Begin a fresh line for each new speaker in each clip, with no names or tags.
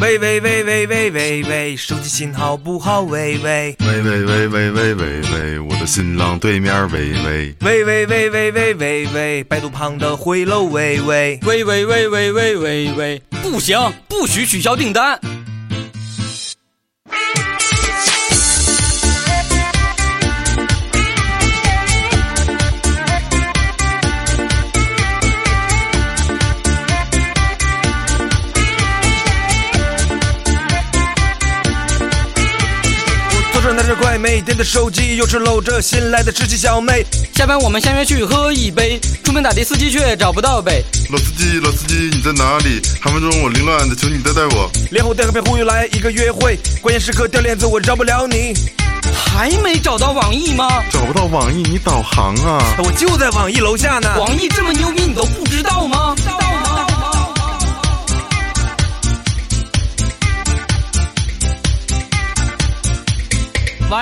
喂喂喂喂喂喂喂，手机信号不好，喂喂
喂喂喂喂喂喂喂，我的新浪对面喂喂，
喂喂喂喂喂喂喂，百度旁的回漏，喂喂。
喂喂喂喂喂喂喂，不行，不许取消订单。
我坐着拿着快每天的手机，又是搂着新来的实习小妹。
下班我们相约去喝一杯，出门打的司机却找不到北。
老司机老司机你在哪里？寒风中我凌乱的，求你带带我。
脸红带黑被忽悠来一个约会，关键时刻掉链子我饶不了你。
还没找到网易吗？
找不到网易，你导航啊！
我就在网易楼下呢。
网易这么牛逼，你都不知道吗？知道吗？
喂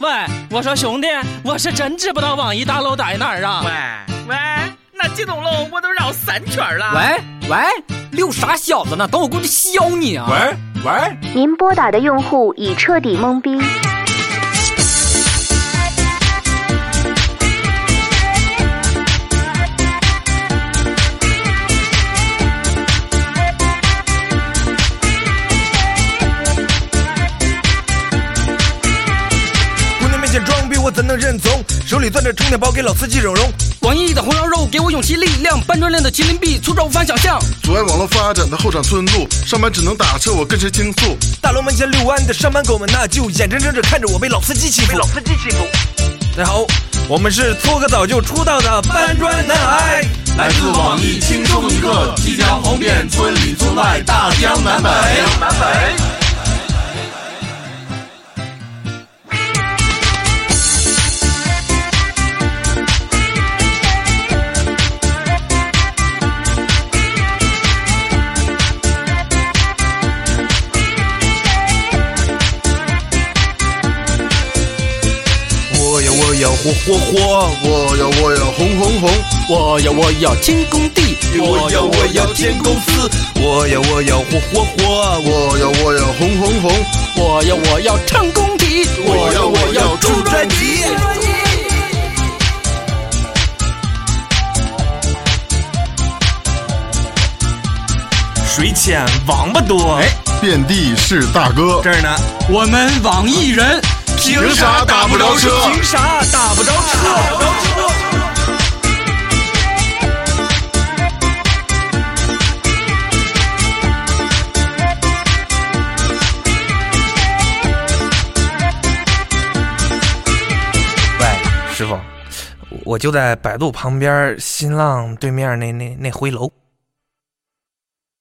喂，我说兄弟，我是真知不道网易大楼在哪儿啊！
喂喂，那这栋楼我都绕三圈了。
喂喂，溜傻小子呢？等我过去削你啊！
喂喂，
您拨打的用户已彻底懵逼。
姑娘面前装逼我怎能认怂？手里攥着充电宝给老司机整容。
网易的红烧肉给我勇气力量，搬砖链的麒麟臂，粗糙无法想象。
阻碍网络发展的后场村路，上班只能打车，我跟谁倾诉？
大楼门前遛弯的上班狗们那就眼睁睁着看着我被老司机欺负。被老司机欺负。大家好，我们是搓个早就出道的搬砖男孩，来自网易轻松一刻，即将红遍村里村外大江南北。南北。我要我要火火火，
我要我要红红红，
我要我要进工地，
我要我要建公司，我要我要火火火，我
我要我要红红红，
我要我要唱功底，我
要我要
出专辑。水浅王八多，哎，
遍地是大哥。
这儿呢，
我们网易人
凭啥打不着车
凭啥打不着车？喂，师傅，我就在百度旁边，新浪对面那那那回楼。